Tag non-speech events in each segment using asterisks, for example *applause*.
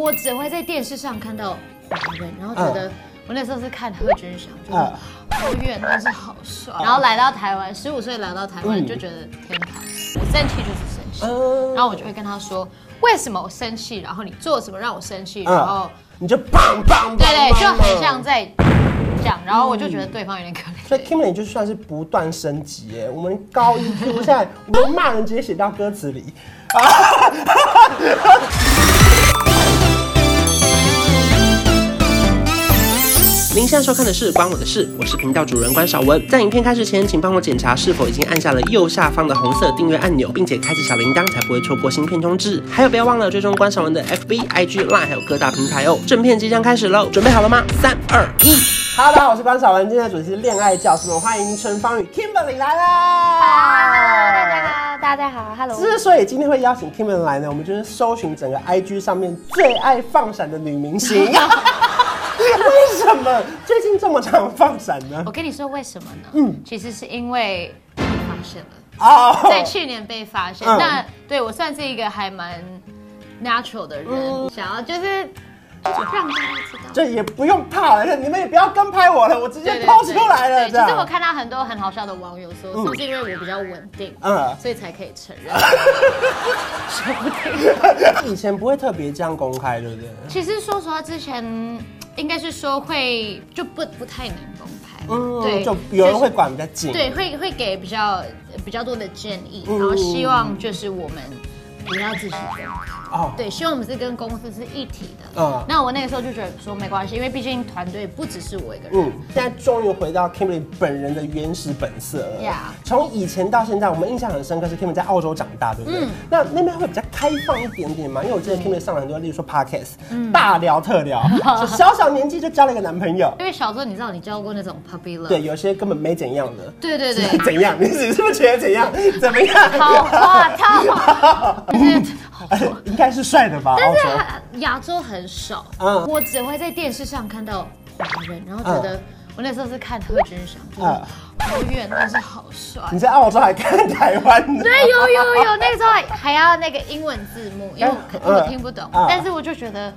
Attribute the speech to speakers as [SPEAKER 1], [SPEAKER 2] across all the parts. [SPEAKER 1] 我只会在电视上看到男人，然后觉得我那时候是看贺军翔，觉得
[SPEAKER 2] 嗯
[SPEAKER 1] 好远，但是好帅。然后来到台湾，十五岁来到台湾
[SPEAKER 2] 嗯
[SPEAKER 1] 就觉得天堂，我生气就是生气，
[SPEAKER 2] 嗯
[SPEAKER 1] 然后我就会跟他说为什么我生气，然后你做什么让我生气，然后
[SPEAKER 2] 嗯，你就棒棒，
[SPEAKER 1] 对对，
[SPEAKER 2] 棒
[SPEAKER 1] 就很像。
[SPEAKER 2] 棒
[SPEAKER 1] 在讲，然后我就觉得对方有点可
[SPEAKER 2] 所以
[SPEAKER 1] 怜。
[SPEAKER 2] Kimberly 就算是不断升级耶，我们高一我现在我们骂人直接写到歌词里。
[SPEAKER 3] *laughs* 您现在收看的是《关我的事》，我是频道主人关少文。在影片开始前，请帮我检查是否已经按下了右下方的红色订阅按钮，并且开启小铃铛，才不会错过新片通知。还有，不要忘了追踪关少文的 FB、IG、Line，还有各大平台哦。正片即将开始喽，准备好了吗？三、二、一。
[SPEAKER 2] Hello，大家好，我是关少文，今天的主题是恋爱教室，我们欢迎陈芳宇 Kimberly 来啦！
[SPEAKER 4] 好，大家好，Hello。
[SPEAKER 2] 之所以今天会邀请 Kimberly 来呢，我们就是搜寻整个 IG 上面最爱放闪的女
[SPEAKER 1] *laughs*
[SPEAKER 2] 明星。为什么最近这么常放闪呢
[SPEAKER 1] 我？跟你说为什么呢？嗯，其实是因为被发现了。
[SPEAKER 2] 哦
[SPEAKER 1] 在去年被发现。
[SPEAKER 2] 嗯
[SPEAKER 1] 那对我算是一个还蛮 natural 的人，
[SPEAKER 2] 嗯
[SPEAKER 1] 想要就是让大家知道。
[SPEAKER 2] 这也不用怕了，你们也不要跟拍我了，我直
[SPEAKER 1] 对
[SPEAKER 2] 接
[SPEAKER 1] 对
[SPEAKER 2] 抛出来了。
[SPEAKER 1] 对
[SPEAKER 2] 这
[SPEAKER 1] 对其实我
[SPEAKER 2] 样，
[SPEAKER 1] 看到很多很好笑的网友说，是不是因为我比较稳定，
[SPEAKER 2] 嗯
[SPEAKER 1] 所以才可以承
[SPEAKER 2] *laughs*
[SPEAKER 1] 认？
[SPEAKER 2] 以前不会特别这样公开，对不对？
[SPEAKER 1] 其实说实话，之前应该是说会就不不太能公开，对，
[SPEAKER 2] 嗯就有人
[SPEAKER 1] 是
[SPEAKER 2] 会管比较紧。
[SPEAKER 1] 对，会会给比较比较多的建议，
[SPEAKER 2] 嗯
[SPEAKER 1] 然后希望就是我们不要自己跟
[SPEAKER 2] 哦
[SPEAKER 1] 对，希望我们是跟公司是一体的。
[SPEAKER 2] 嗯
[SPEAKER 1] 那我那个时候就觉得说没关系，因为毕竟团队不只是我一个人。
[SPEAKER 2] 嗯，现在终于回到 Kimberly 本人的原始本色了。
[SPEAKER 1] Yeah
[SPEAKER 2] 从以前到现在，我们印象很深刻是 Kimberly 在澳洲长大，对不
[SPEAKER 1] 嗯
[SPEAKER 2] 对？那那边会比较开放一点点嘛？因为我记得 Kimberly 上了很多，例如
[SPEAKER 1] 嗯
[SPEAKER 2] 说 Podcast，、大聊特聊，
[SPEAKER 1] *laughs*
[SPEAKER 2] 就小小年纪就交了一个男朋友。
[SPEAKER 1] 因为小时候你知道你教过那种 puppy love，
[SPEAKER 2] 对，有些根本没怎样的。
[SPEAKER 1] 对对对
[SPEAKER 2] 怎样？你是不是觉得怎样？怎么样？
[SPEAKER 1] 好
[SPEAKER 2] *laughs*
[SPEAKER 1] 话套，就是好话。
[SPEAKER 2] 应该是帅的吧？
[SPEAKER 1] 但
[SPEAKER 2] 澳洲。
[SPEAKER 1] 是亚洲很少，
[SPEAKER 2] 嗯
[SPEAKER 1] 我只会在电视上看到男人，然后觉得我那时候是看贺军翔，觉得
[SPEAKER 2] 嗯
[SPEAKER 1] 好远，但是好帅。
[SPEAKER 2] 你在澳洲还看台湾的？
[SPEAKER 1] 对，有有有，那个时候还还要那个英文字幕，因为我看我听不懂，
[SPEAKER 2] 嗯
[SPEAKER 1] 但是我就觉得，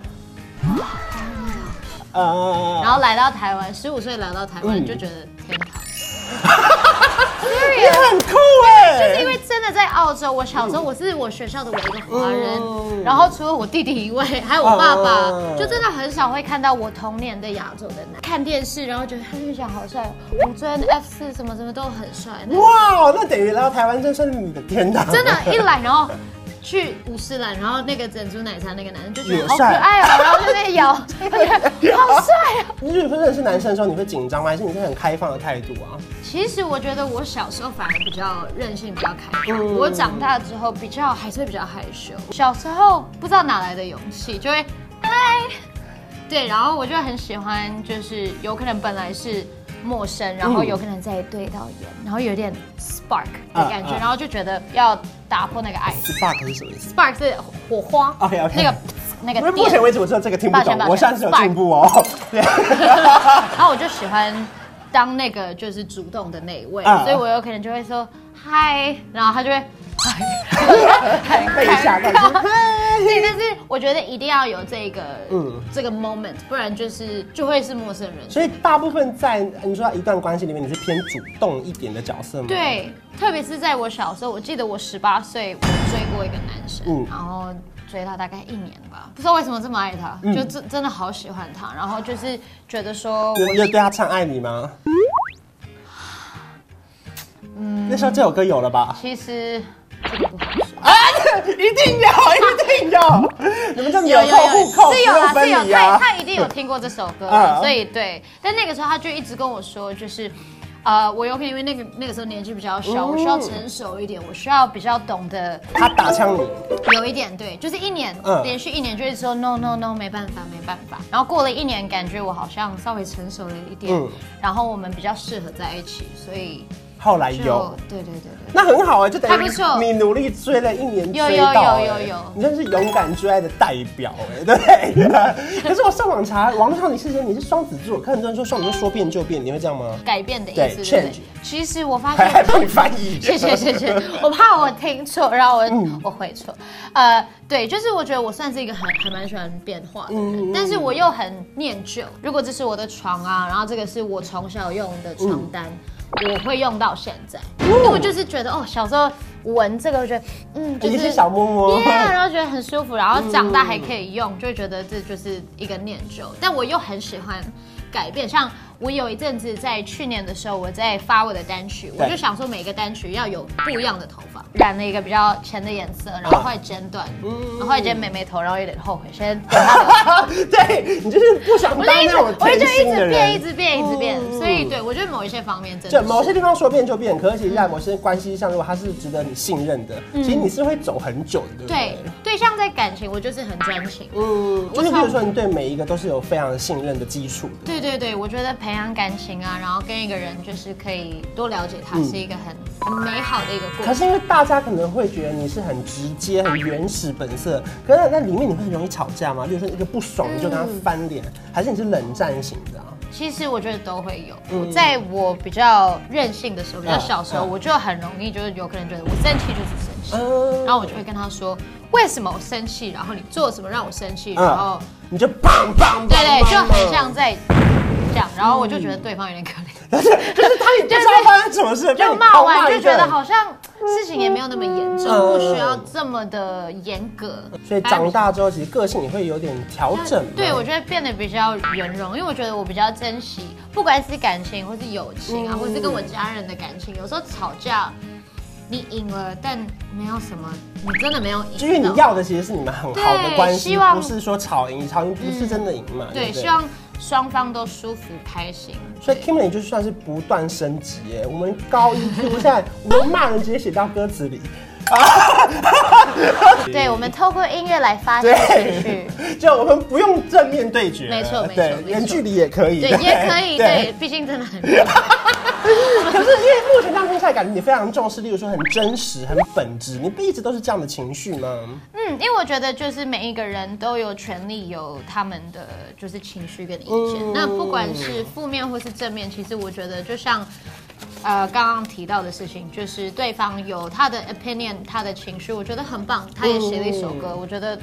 [SPEAKER 2] 呃
[SPEAKER 1] 然后来到台湾，十五岁来到台湾
[SPEAKER 2] 嗯
[SPEAKER 1] 就觉得天堂。
[SPEAKER 2] 你很酷哎、
[SPEAKER 1] 就是因为真的在澳洲，我小时候我是我学校的唯一一个华人，
[SPEAKER 2] 嗯
[SPEAKER 1] 然后除了我弟弟以外，还有我爸爸，
[SPEAKER 2] 嗯
[SPEAKER 1] 就真的很少会看到我童年的亚洲的男。看电视，然后觉得他们想好帅，吴尊 F 四什么什么都很帅，那
[SPEAKER 2] 哇，那等于来到台湾，真算是你的天堂。
[SPEAKER 1] 真的，一来然后。去五十兰，然后那个珍珠奶茶那个男人就觉得
[SPEAKER 2] 也
[SPEAKER 1] 好可
[SPEAKER 2] 帅
[SPEAKER 1] 爱哦、然后就在摇， *laughs* 他觉得好帅哦、
[SPEAKER 2] *laughs* 你如果认识男生的时候，你会紧张吗？还是你是很开放的态度啊？
[SPEAKER 1] 其实我觉得我小时候反而比较任性，比较开
[SPEAKER 2] 嗯
[SPEAKER 1] 放。我长大之后比较还是会比较害羞。小时候不知道哪来的勇气，就会嗨，对，然后我就很喜欢，就是有可能本来是陌生，然
[SPEAKER 2] 嗯
[SPEAKER 1] 后有可能再对到眼，然后有点 spark 的感觉，
[SPEAKER 2] 嗯嗯
[SPEAKER 1] 然后就觉得要打破那个 ice。
[SPEAKER 2] 是 bug 是什么意思？
[SPEAKER 1] spark 是火花
[SPEAKER 2] OK，OK
[SPEAKER 1] 那个那
[SPEAKER 2] 因为
[SPEAKER 1] 个
[SPEAKER 2] 目前
[SPEAKER 1] 电。
[SPEAKER 2] 为止我知道这个听不
[SPEAKER 1] 抱歉
[SPEAKER 2] 懂
[SPEAKER 1] 抱，歉
[SPEAKER 2] 我下次有进步哦。对，
[SPEAKER 1] *laughs* 然啊后我就喜欢当那个就是主动的那一位，
[SPEAKER 2] 嗯
[SPEAKER 1] 所以我有可能就会说嗨，然后他
[SPEAKER 2] *laughs*
[SPEAKER 1] 就会嗨，
[SPEAKER 2] 被你吓到
[SPEAKER 1] *laughs*
[SPEAKER 2] 就是
[SPEAKER 1] 对，但是我觉得一定要有这个
[SPEAKER 2] 嗯
[SPEAKER 1] 这个 moment，不然就是就会是陌生人。
[SPEAKER 2] *laughs* 所以大部分在你说到一段关系里面，你是偏主动一点的角色吗？，
[SPEAKER 1] 对，特别是在我小时候，我记得我十八岁，我追过一个男生，
[SPEAKER 2] 嗯
[SPEAKER 1] 然后追他大概一年吧，不知道为什么这么爱他，
[SPEAKER 2] 嗯
[SPEAKER 1] 就真真的好喜欢他，然后就是觉得说我
[SPEAKER 2] 有有对他唱爱你吗？嗯，那时候这首歌有
[SPEAKER 1] *laughs*
[SPEAKER 2] 了吧？
[SPEAKER 1] 其实这个不好说。
[SPEAKER 2] 啊，一定有，一定有， *laughs* 你们就
[SPEAKER 1] 有
[SPEAKER 2] 纽
[SPEAKER 1] 有
[SPEAKER 2] 扣户
[SPEAKER 1] 有，
[SPEAKER 2] 口
[SPEAKER 1] 是有啦
[SPEAKER 2] 不
[SPEAKER 1] 是
[SPEAKER 2] 用
[SPEAKER 1] 有，
[SPEAKER 2] 分离
[SPEAKER 1] 他
[SPEAKER 2] 啊。
[SPEAKER 1] 他一定有听过这首歌，
[SPEAKER 2] 嗯
[SPEAKER 1] 所以对。但那个时候他就一直跟我说，就是。呃，我有可能因为那个那个时候年纪比较
[SPEAKER 2] 哦
[SPEAKER 1] 小，我需要成熟一点，我需要比较懂得
[SPEAKER 2] 他打枪你，
[SPEAKER 1] 有一点对，就是一年、
[SPEAKER 2] 嗯
[SPEAKER 1] 连续一年就一直说 no no no，没办法没办法。然后过了一年，感觉我好像稍微成熟了一点，
[SPEAKER 2] 嗯
[SPEAKER 1] 然后我们比较适合在一起，所以
[SPEAKER 2] 后来
[SPEAKER 1] 就
[SPEAKER 2] 哎有。
[SPEAKER 1] 对对对对，
[SPEAKER 2] 那很好哎、就等
[SPEAKER 1] 还不错
[SPEAKER 2] 于你努力追了一年
[SPEAKER 1] 有
[SPEAKER 2] 追到、哎
[SPEAKER 1] 有有有有
[SPEAKER 2] 你真是勇敢追爱的代表哎、 *laughs* 对不对？可是我上网查，网络上你是谁？你是双子座，看很多人说双子座说变就变，你会这样
[SPEAKER 1] *laughs*
[SPEAKER 2] 吗？
[SPEAKER 1] 改变的意
[SPEAKER 2] 对
[SPEAKER 1] 思对不对
[SPEAKER 2] change
[SPEAKER 1] 其实我发
[SPEAKER 2] 还还
[SPEAKER 1] 现。
[SPEAKER 2] 帮你翻译，
[SPEAKER 1] 谢谢谢谢，我怕我听错，然后我、我会错，呃，对，就是我觉得我算是一个很还蛮喜欢变化的人，但是我又很念旧。如果这是我的床啊，然后这个是我从小用的床单，我会用到现在，因为我就是觉得哦，小时候闻这个，我觉得嗯，就
[SPEAKER 2] 一些
[SPEAKER 1] 是
[SPEAKER 2] 哎小摸摸。
[SPEAKER 1] Yeah，然后觉啊得很舒服，然后长大还可以用，
[SPEAKER 2] 嗯
[SPEAKER 1] 就会觉得这就是一个念旧。但我又很喜欢改变，像我有一阵子在去年的时候，我在发我的单曲，我
[SPEAKER 2] 对
[SPEAKER 1] 就想说每个单曲要有不一样的头发，染了一个比较浅的颜色，然
[SPEAKER 2] 嗯
[SPEAKER 1] 后后来剪短，然后后来剪妹妹头，然后有点后悔，先等
[SPEAKER 2] *laughs*
[SPEAKER 1] 它留
[SPEAKER 2] *laughs* 对你就是不想
[SPEAKER 1] 我
[SPEAKER 2] 当
[SPEAKER 1] 就一
[SPEAKER 2] 那
[SPEAKER 1] 直，
[SPEAKER 2] 种
[SPEAKER 1] 我就
[SPEAKER 2] 贴
[SPEAKER 1] 一
[SPEAKER 2] 心的
[SPEAKER 1] 直变，一
[SPEAKER 2] 人。
[SPEAKER 1] 直变，一直变。
[SPEAKER 2] 嗯
[SPEAKER 1] 所以对我觉得某一些方面真
[SPEAKER 2] 就
[SPEAKER 1] 的
[SPEAKER 2] 某
[SPEAKER 1] 是
[SPEAKER 2] 些地方说变就变，可是其实在某些关系上，如果他是值得你信任的，其实你是会走很久的，对不
[SPEAKER 1] 嗯对
[SPEAKER 2] 对？
[SPEAKER 1] 对象在感情，我就是很专情。
[SPEAKER 2] 嗯，
[SPEAKER 1] 我
[SPEAKER 2] 就是比如
[SPEAKER 1] 从
[SPEAKER 2] 说你对每一个都是有非常信任的基础的。
[SPEAKER 1] 对对对，我觉得培养感情啊，然后跟一个人就是可以多了解他，是一个很、很美好的一个过
[SPEAKER 2] 嗯可
[SPEAKER 1] 程。
[SPEAKER 2] 是因为大家可能会觉得你是很直接、很原始本色，可是那里面你会很容易吵架吗？就是一个不爽你就跟他翻脸，还是你是冷战型的、啊？
[SPEAKER 1] 其实我觉得都会有。我在我比较任性的时候，比较小时候，
[SPEAKER 2] 嗯嗯嗯
[SPEAKER 1] 我就很容易就是有可能觉得我生气就是生气，
[SPEAKER 2] 嗯
[SPEAKER 1] 然后我就会跟他说为什么我生气，然后你做什么让我生气，
[SPEAKER 2] 嗯哦
[SPEAKER 1] 然后、
[SPEAKER 2] 你就棒
[SPEAKER 1] 哦
[SPEAKER 2] 棒，啊
[SPEAKER 1] 对对，就很像在这样，然后我就觉得对方有点可怜。
[SPEAKER 2] 就是他也不知道发生什么事，被
[SPEAKER 1] 就
[SPEAKER 2] 你
[SPEAKER 1] 骂
[SPEAKER 2] 狂
[SPEAKER 1] 完
[SPEAKER 2] 一
[SPEAKER 1] 就觉得
[SPEAKER 2] 顿
[SPEAKER 1] 好像事情也没有那么严重，
[SPEAKER 2] 哦嗯
[SPEAKER 1] 不需要这么的严格。
[SPEAKER 2] 所以长大之后，其实个性也会有点调整嘛。
[SPEAKER 1] 对，我觉得变得比较圆融，因为我觉得我比较珍惜，不管是感情或是友情啊，
[SPEAKER 2] 嗯
[SPEAKER 1] 或是跟我家人的感情，有时候吵架。你赢了，但没有什么，你真的没有赢。
[SPEAKER 2] 就是你要的其实是你们很好的
[SPEAKER 1] 对
[SPEAKER 2] 关
[SPEAKER 1] 希
[SPEAKER 2] 系，
[SPEAKER 1] 望
[SPEAKER 2] 不是说吵赢，吵赢不是真的赢嘛。
[SPEAKER 1] 对，
[SPEAKER 2] 不对
[SPEAKER 1] 希。望双方都舒服开心。
[SPEAKER 2] 所以 Kimberly 就算是不断升级耶，我们高一 Q 现在我们骂人直接写到歌词里，
[SPEAKER 1] 对，我们透过音乐来发泄情绪，
[SPEAKER 2] 就我们不用正面对决，
[SPEAKER 1] 没错没错
[SPEAKER 2] 对
[SPEAKER 1] 没，错
[SPEAKER 2] 远距离也可以，
[SPEAKER 1] 对，也可以，对，。毕竟真的很热。
[SPEAKER 2] *laughs* 可是因为目前当听下来，感觉你非常重视，例如说很真实、很本质，你不一直都是这样的情绪吗？
[SPEAKER 1] 嗯，因为我觉得就是每一个人都有权利有他们的就是情绪跟意见，
[SPEAKER 2] 嗯
[SPEAKER 1] 那不管是负面或是正面，其实我觉得就像。呃，刚刚提到的事情就是对方有他的 opinion，他的情绪，我觉得很棒。他也写了一首歌，我觉得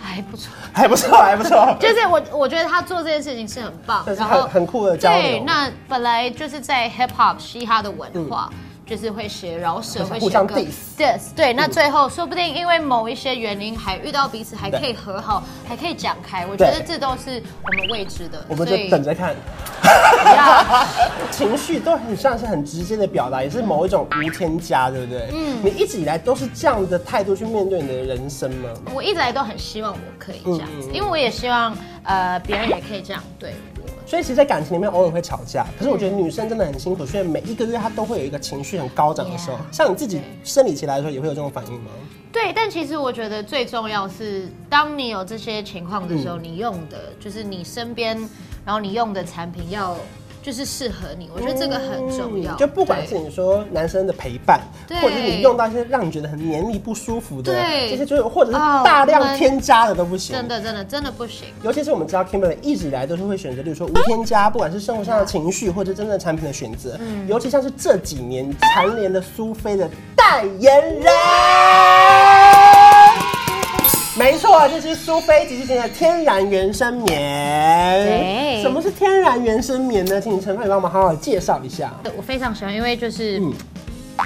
[SPEAKER 1] 还不错。
[SPEAKER 2] 还不错，还不错。
[SPEAKER 1] 就是我，我觉得他做这件事情是很棒，
[SPEAKER 2] 这是很很酷的交流
[SPEAKER 1] 对，那本来就是在 hip hop 嘻哈的文化。就是会写饶舌，会
[SPEAKER 2] 嗯互
[SPEAKER 1] 写
[SPEAKER 2] 相
[SPEAKER 1] 歌
[SPEAKER 2] diss 嗯
[SPEAKER 1] diss，对，那最后说不定因为某一些原因还遇到彼此，还可以和好，还可以讲开。我觉得
[SPEAKER 2] 对
[SPEAKER 1] 这都是我们未知的，
[SPEAKER 2] 我们就等着看。
[SPEAKER 1] 呀
[SPEAKER 2] *laughs* 情绪都很像是很直接的表达，也是某一种无添加，对不对？嗯，你一直以来都是这样的态度去面对你的人生吗？
[SPEAKER 1] 我一直来都很希望我可以这样
[SPEAKER 2] 嗯
[SPEAKER 1] 子，因为我也希望呃别人也可以这样对我。
[SPEAKER 2] 所以其实，在感情里面偶尔会吵
[SPEAKER 1] 嗯
[SPEAKER 2] 架，可是我觉得女生真的很辛苦，所以每一个月她都会有一个情绪很高涨的时候
[SPEAKER 1] Yeah。
[SPEAKER 2] 像你自己生理期来的时候，也会有这种反应吗？
[SPEAKER 1] 对，但其实我觉得最重要是，当你有这些情况的时
[SPEAKER 2] 嗯
[SPEAKER 1] 候，你用的就是你身边，然后你用的产品要就是适合你，我觉得这个很重要。
[SPEAKER 2] 嗯就不管是
[SPEAKER 1] 对
[SPEAKER 2] 你说男生的陪伴，
[SPEAKER 1] 对
[SPEAKER 2] 或者是你用到一些让你觉得很黏腻不舒服的，
[SPEAKER 1] 对
[SPEAKER 2] 这些就是或者是
[SPEAKER 1] 哦
[SPEAKER 2] 大
[SPEAKER 1] 我
[SPEAKER 2] 量
[SPEAKER 1] 们
[SPEAKER 2] 添加的都不行。
[SPEAKER 1] 真的真的真的不行。
[SPEAKER 2] 尤其是我们知道 Kimberly 一直以来都是会选择，例如说无添加，不管是生活上的情绪或者真正的产品的选择。
[SPEAKER 1] 嗯
[SPEAKER 2] 尤其像是这几年蝉联了苏菲的代言人。没错，这是苏菲极性的天然原生棉。
[SPEAKER 1] 对
[SPEAKER 2] 什么是天然原生棉呢？请陈范宇帮我们好好介绍一下。
[SPEAKER 1] 我非常喜欢，因为就是、
[SPEAKER 2] 嗯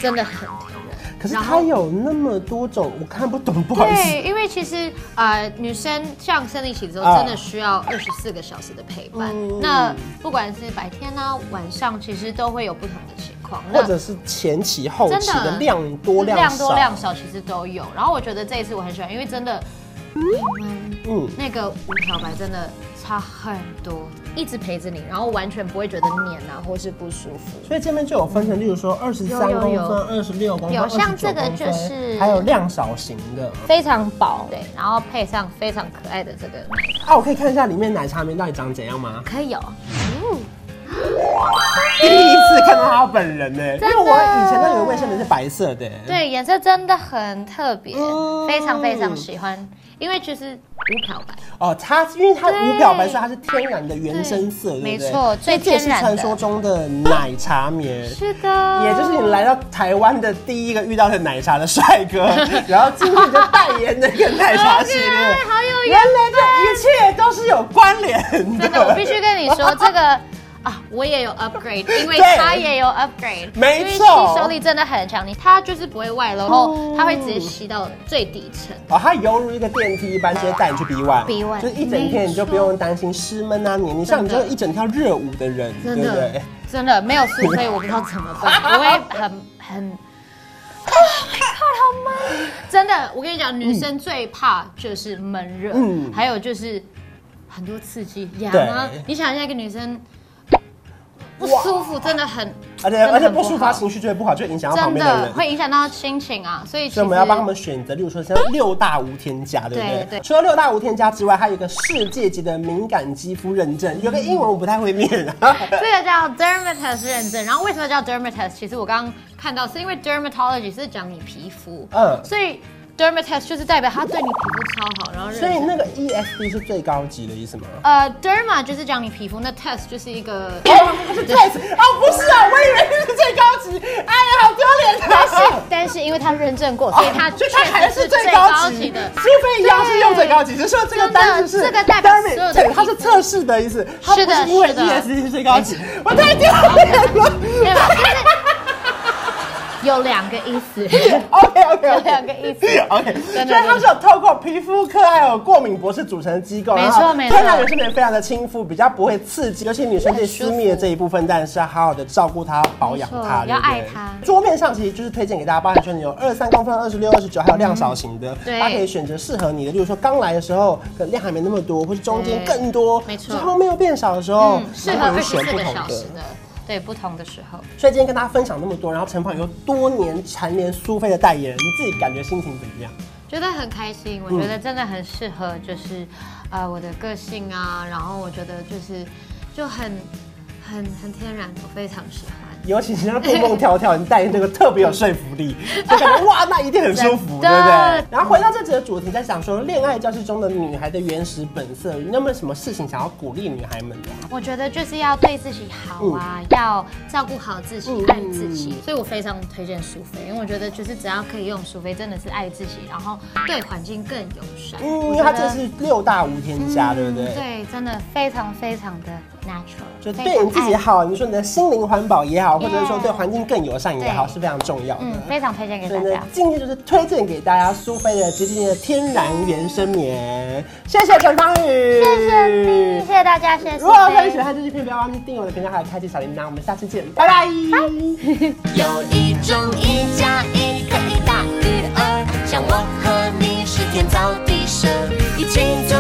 [SPEAKER 1] 真的很甜人。
[SPEAKER 2] 可是
[SPEAKER 1] 然
[SPEAKER 2] 它
[SPEAKER 1] 后
[SPEAKER 2] 有那么多种，我看不懂，不好意思。
[SPEAKER 1] 对，因为其实呃，女生像生理期之后，
[SPEAKER 2] 啊哦
[SPEAKER 1] 真的需要二十四个小时的陪伴。那不管是白天呢、啊晚上，其实都会有不同的情况。那
[SPEAKER 2] 或者是前期后
[SPEAKER 1] 真
[SPEAKER 2] 期
[SPEAKER 1] 的
[SPEAKER 2] 的量多量
[SPEAKER 1] 量
[SPEAKER 2] 少，
[SPEAKER 1] 多量少其实都有。然后我觉得这一次我很喜欢，因为真的
[SPEAKER 2] 嗯，
[SPEAKER 1] 那个五条白真的差很多，一直陪着你，然后完全不会觉得黏啊或是不舒服。
[SPEAKER 2] 所以这边就有分成，例如说二十三
[SPEAKER 1] 有
[SPEAKER 2] 公
[SPEAKER 1] 有有
[SPEAKER 2] 分、二十六公分、
[SPEAKER 1] 有像
[SPEAKER 2] 29
[SPEAKER 1] 这个就
[SPEAKER 2] 公分
[SPEAKER 1] 是
[SPEAKER 2] 还有量少型的。
[SPEAKER 1] 非常薄，对，然后配上非常可爱的这个奶茶，哦
[SPEAKER 2] 啊，我可以看一下里面奶茶棉到底长怎样吗？
[SPEAKER 1] 可以有，
[SPEAKER 2] 第一次看到他本人呢、因
[SPEAKER 1] 真
[SPEAKER 2] 为
[SPEAKER 1] 的
[SPEAKER 2] 我以前那有卫生棉是白色的、，
[SPEAKER 1] 对，颜色真的很特别，
[SPEAKER 2] 嗯
[SPEAKER 1] 非常非常喜欢，因为就是无漂白。
[SPEAKER 2] 哦，它因为它
[SPEAKER 1] 对
[SPEAKER 2] 无漂白，所以它是天然的原生色，对不
[SPEAKER 1] 没
[SPEAKER 2] 对？
[SPEAKER 1] 错
[SPEAKER 2] 所以这也是
[SPEAKER 1] 最天然的
[SPEAKER 2] 传说中的奶茶棉。
[SPEAKER 1] 是的，
[SPEAKER 2] 也就是你来到台湾的第一个遇到的奶茶的帅
[SPEAKER 1] *laughs*
[SPEAKER 2] 哥，然后进去就代言那个奶茶系列
[SPEAKER 1] OK，好有
[SPEAKER 2] 原来这一切都是有关联的。
[SPEAKER 1] 真的，我必须跟你说这个。啊，我也有 upgrade，因
[SPEAKER 2] *laughs*
[SPEAKER 1] 为
[SPEAKER 2] 对
[SPEAKER 1] 它也有 upgrade，
[SPEAKER 2] 没
[SPEAKER 1] 因为
[SPEAKER 2] 错
[SPEAKER 1] 吸收力真的很强，你它就是不会外漏，然后它会直接吸到最底层。
[SPEAKER 2] 哦，它犹如一个电梯一般，直接带你去 B one。
[SPEAKER 1] B one，
[SPEAKER 2] 就是一整天你就不用担心湿闷啊、黏腻，像你这
[SPEAKER 1] 真的
[SPEAKER 2] 个一整跳热舞的人，对
[SPEAKER 1] 真
[SPEAKER 2] 不
[SPEAKER 1] 的，
[SPEAKER 2] 对？
[SPEAKER 1] 真的没有苏菲，我不知道怎么
[SPEAKER 2] *laughs*
[SPEAKER 1] 办，我会很很。Oh
[SPEAKER 2] 哦
[SPEAKER 1] my god，好闷！真的，我跟你讲，女生最怕就是闷热，
[SPEAKER 2] 嗯
[SPEAKER 1] 还有就是很多刺激痒啊
[SPEAKER 2] 对。
[SPEAKER 1] 你想一下，一个女生不
[SPEAKER 2] 哇
[SPEAKER 1] 舒服，真的很，
[SPEAKER 2] 而且
[SPEAKER 1] 真的
[SPEAKER 2] 而且
[SPEAKER 1] 很
[SPEAKER 2] 不抒
[SPEAKER 1] 好
[SPEAKER 2] 发情绪就会不好，就会影响到旁
[SPEAKER 1] 真
[SPEAKER 2] 边的
[SPEAKER 1] 的
[SPEAKER 2] 人。
[SPEAKER 1] 会影响到心情啊。所以其实
[SPEAKER 2] 所以我们要帮他们选择，例如说像六大无添加，对不对？
[SPEAKER 1] 对对
[SPEAKER 2] 除了六大无添加之外，还有一个世界级的敏感肌肤认证，有个英文我不太会念
[SPEAKER 1] *laughs*
[SPEAKER 2] 啊。
[SPEAKER 1] 这个叫 dermatist 认证，然后为什么叫 dermatist？其实我刚刚看到是因为 dermatology 是讲你皮肤，
[SPEAKER 2] 嗯
[SPEAKER 1] 所以 dermatist 就是代表他对你皮肤超好，然后认
[SPEAKER 2] 所以
[SPEAKER 1] 证。
[SPEAKER 2] 那个 ESD 是最高级的意思吗？
[SPEAKER 1] 呃，derma 就是讲你皮肤，那 test 就是一
[SPEAKER 2] *laughs*
[SPEAKER 1] 个，
[SPEAKER 2] 对哦，不是啊，我以为是最高级，哎呀，好丢脸
[SPEAKER 1] 但是 *laughs*
[SPEAKER 2] 啊！哦
[SPEAKER 1] 但是因为他认证过，所以他
[SPEAKER 2] 所
[SPEAKER 1] 确
[SPEAKER 2] 以它还
[SPEAKER 1] 实
[SPEAKER 2] 是
[SPEAKER 1] 是
[SPEAKER 2] 最
[SPEAKER 1] 最
[SPEAKER 2] 高
[SPEAKER 1] 高
[SPEAKER 2] 级
[SPEAKER 1] 级
[SPEAKER 2] 的
[SPEAKER 1] 的，。
[SPEAKER 2] 苏菲一样是用最高级，只是说这个单词是
[SPEAKER 1] 真的这个代表所有的
[SPEAKER 2] dermit，它是测试的意思，它不
[SPEAKER 1] 是的
[SPEAKER 2] 是因为
[SPEAKER 1] 是的
[SPEAKER 2] ESD 是最
[SPEAKER 1] *laughs*
[SPEAKER 2] 高级，我太丢脸了。
[SPEAKER 1] 没 *laughs* 有，就是有两个意思，
[SPEAKER 2] OK OK，
[SPEAKER 1] 有两个意思
[SPEAKER 2] OK，所以
[SPEAKER 1] 真的
[SPEAKER 2] 它是有透过皮肤科还有过敏博士组成的机构，
[SPEAKER 1] 没错
[SPEAKER 2] 然后
[SPEAKER 1] 没错
[SPEAKER 2] 天然原生棉非常的亲肤，比较不会刺激，尤其女生对私密的这一部分，当然是要好好的照顾它、保养它，
[SPEAKER 1] 没错要
[SPEAKER 2] 对不对
[SPEAKER 1] 爱它
[SPEAKER 2] 桌面上其实就是推荐给大家，包含说你有二三公分、二十六、二十九，还有量少型的，
[SPEAKER 1] 嗯对
[SPEAKER 2] 它可以选择适合你的。例如说刚来的时候，可能量还没那么多，或是中间
[SPEAKER 1] 对
[SPEAKER 2] 更多，
[SPEAKER 1] 嗯没错
[SPEAKER 2] 之后没有变少的时候
[SPEAKER 1] 嗯，，适
[SPEAKER 2] 你
[SPEAKER 1] 合
[SPEAKER 2] 可
[SPEAKER 1] 二
[SPEAKER 2] 以
[SPEAKER 1] 十
[SPEAKER 2] 选
[SPEAKER 1] 四
[SPEAKER 2] 不
[SPEAKER 1] 个
[SPEAKER 2] 同
[SPEAKER 1] 小
[SPEAKER 2] 的
[SPEAKER 1] 时。的，对，不同的时候。
[SPEAKER 2] 所以今天跟大家分享那么多，然后陈胖有多年蝉联苏菲的代言人，你自己感觉心情怎么样？
[SPEAKER 1] 觉得很开心，
[SPEAKER 2] 嗯
[SPEAKER 1] 我觉得真的很适合，就是、呃我的个性啊，然后我觉得就是就很很很天然，我非常喜欢。
[SPEAKER 2] 尤其是像蹦蹦跳跳，你戴那个特别有说服
[SPEAKER 1] *laughs*
[SPEAKER 2] 力，就感觉哇，那一定很舒服，
[SPEAKER 1] 真的
[SPEAKER 2] 对不对？然后回到这集的主题，在想说恋爱教室中的女孩的原始本色，你有没有什么事情想要鼓励女孩们的？
[SPEAKER 1] 我觉得就是要对自己好啊，要照顾好自己，
[SPEAKER 2] 嗯
[SPEAKER 1] 爱自己，所以我非常推荐苏菲，因为我觉得就是只要可以用苏菲，真的是爱自己，然后对环境更友善。
[SPEAKER 2] 嗯，因
[SPEAKER 1] 我
[SPEAKER 2] 为
[SPEAKER 1] 觉
[SPEAKER 2] 它
[SPEAKER 1] 得
[SPEAKER 2] 这是六大无添加，对不对？
[SPEAKER 1] 嗯对，真的非常非常的 natural，
[SPEAKER 2] 就对你自己
[SPEAKER 1] 非常爱
[SPEAKER 2] 好，你说你的心灵环保也好，或者是说
[SPEAKER 1] Yeah
[SPEAKER 2] 对环境更友善也好，
[SPEAKER 1] 对
[SPEAKER 2] 是非常重要的。
[SPEAKER 1] 嗯，非常推荐给
[SPEAKER 2] 所以
[SPEAKER 1] 大
[SPEAKER 2] 呢
[SPEAKER 1] 家，。
[SPEAKER 2] 今天就是推荐给大家苏菲的洁净的天然原生棉，谢谢陈芳宇，
[SPEAKER 1] 谢谢你，谢谢大家，谢谢
[SPEAKER 2] 如
[SPEAKER 1] 苏
[SPEAKER 2] 果大家
[SPEAKER 1] 菲
[SPEAKER 2] 喜。欢这支片，不要忘记订阅我的频道，还有开启小铃铛。我们下次见，拜拜。
[SPEAKER 4] 有一种一加一可以大于二，像我和你是天造地设，一起走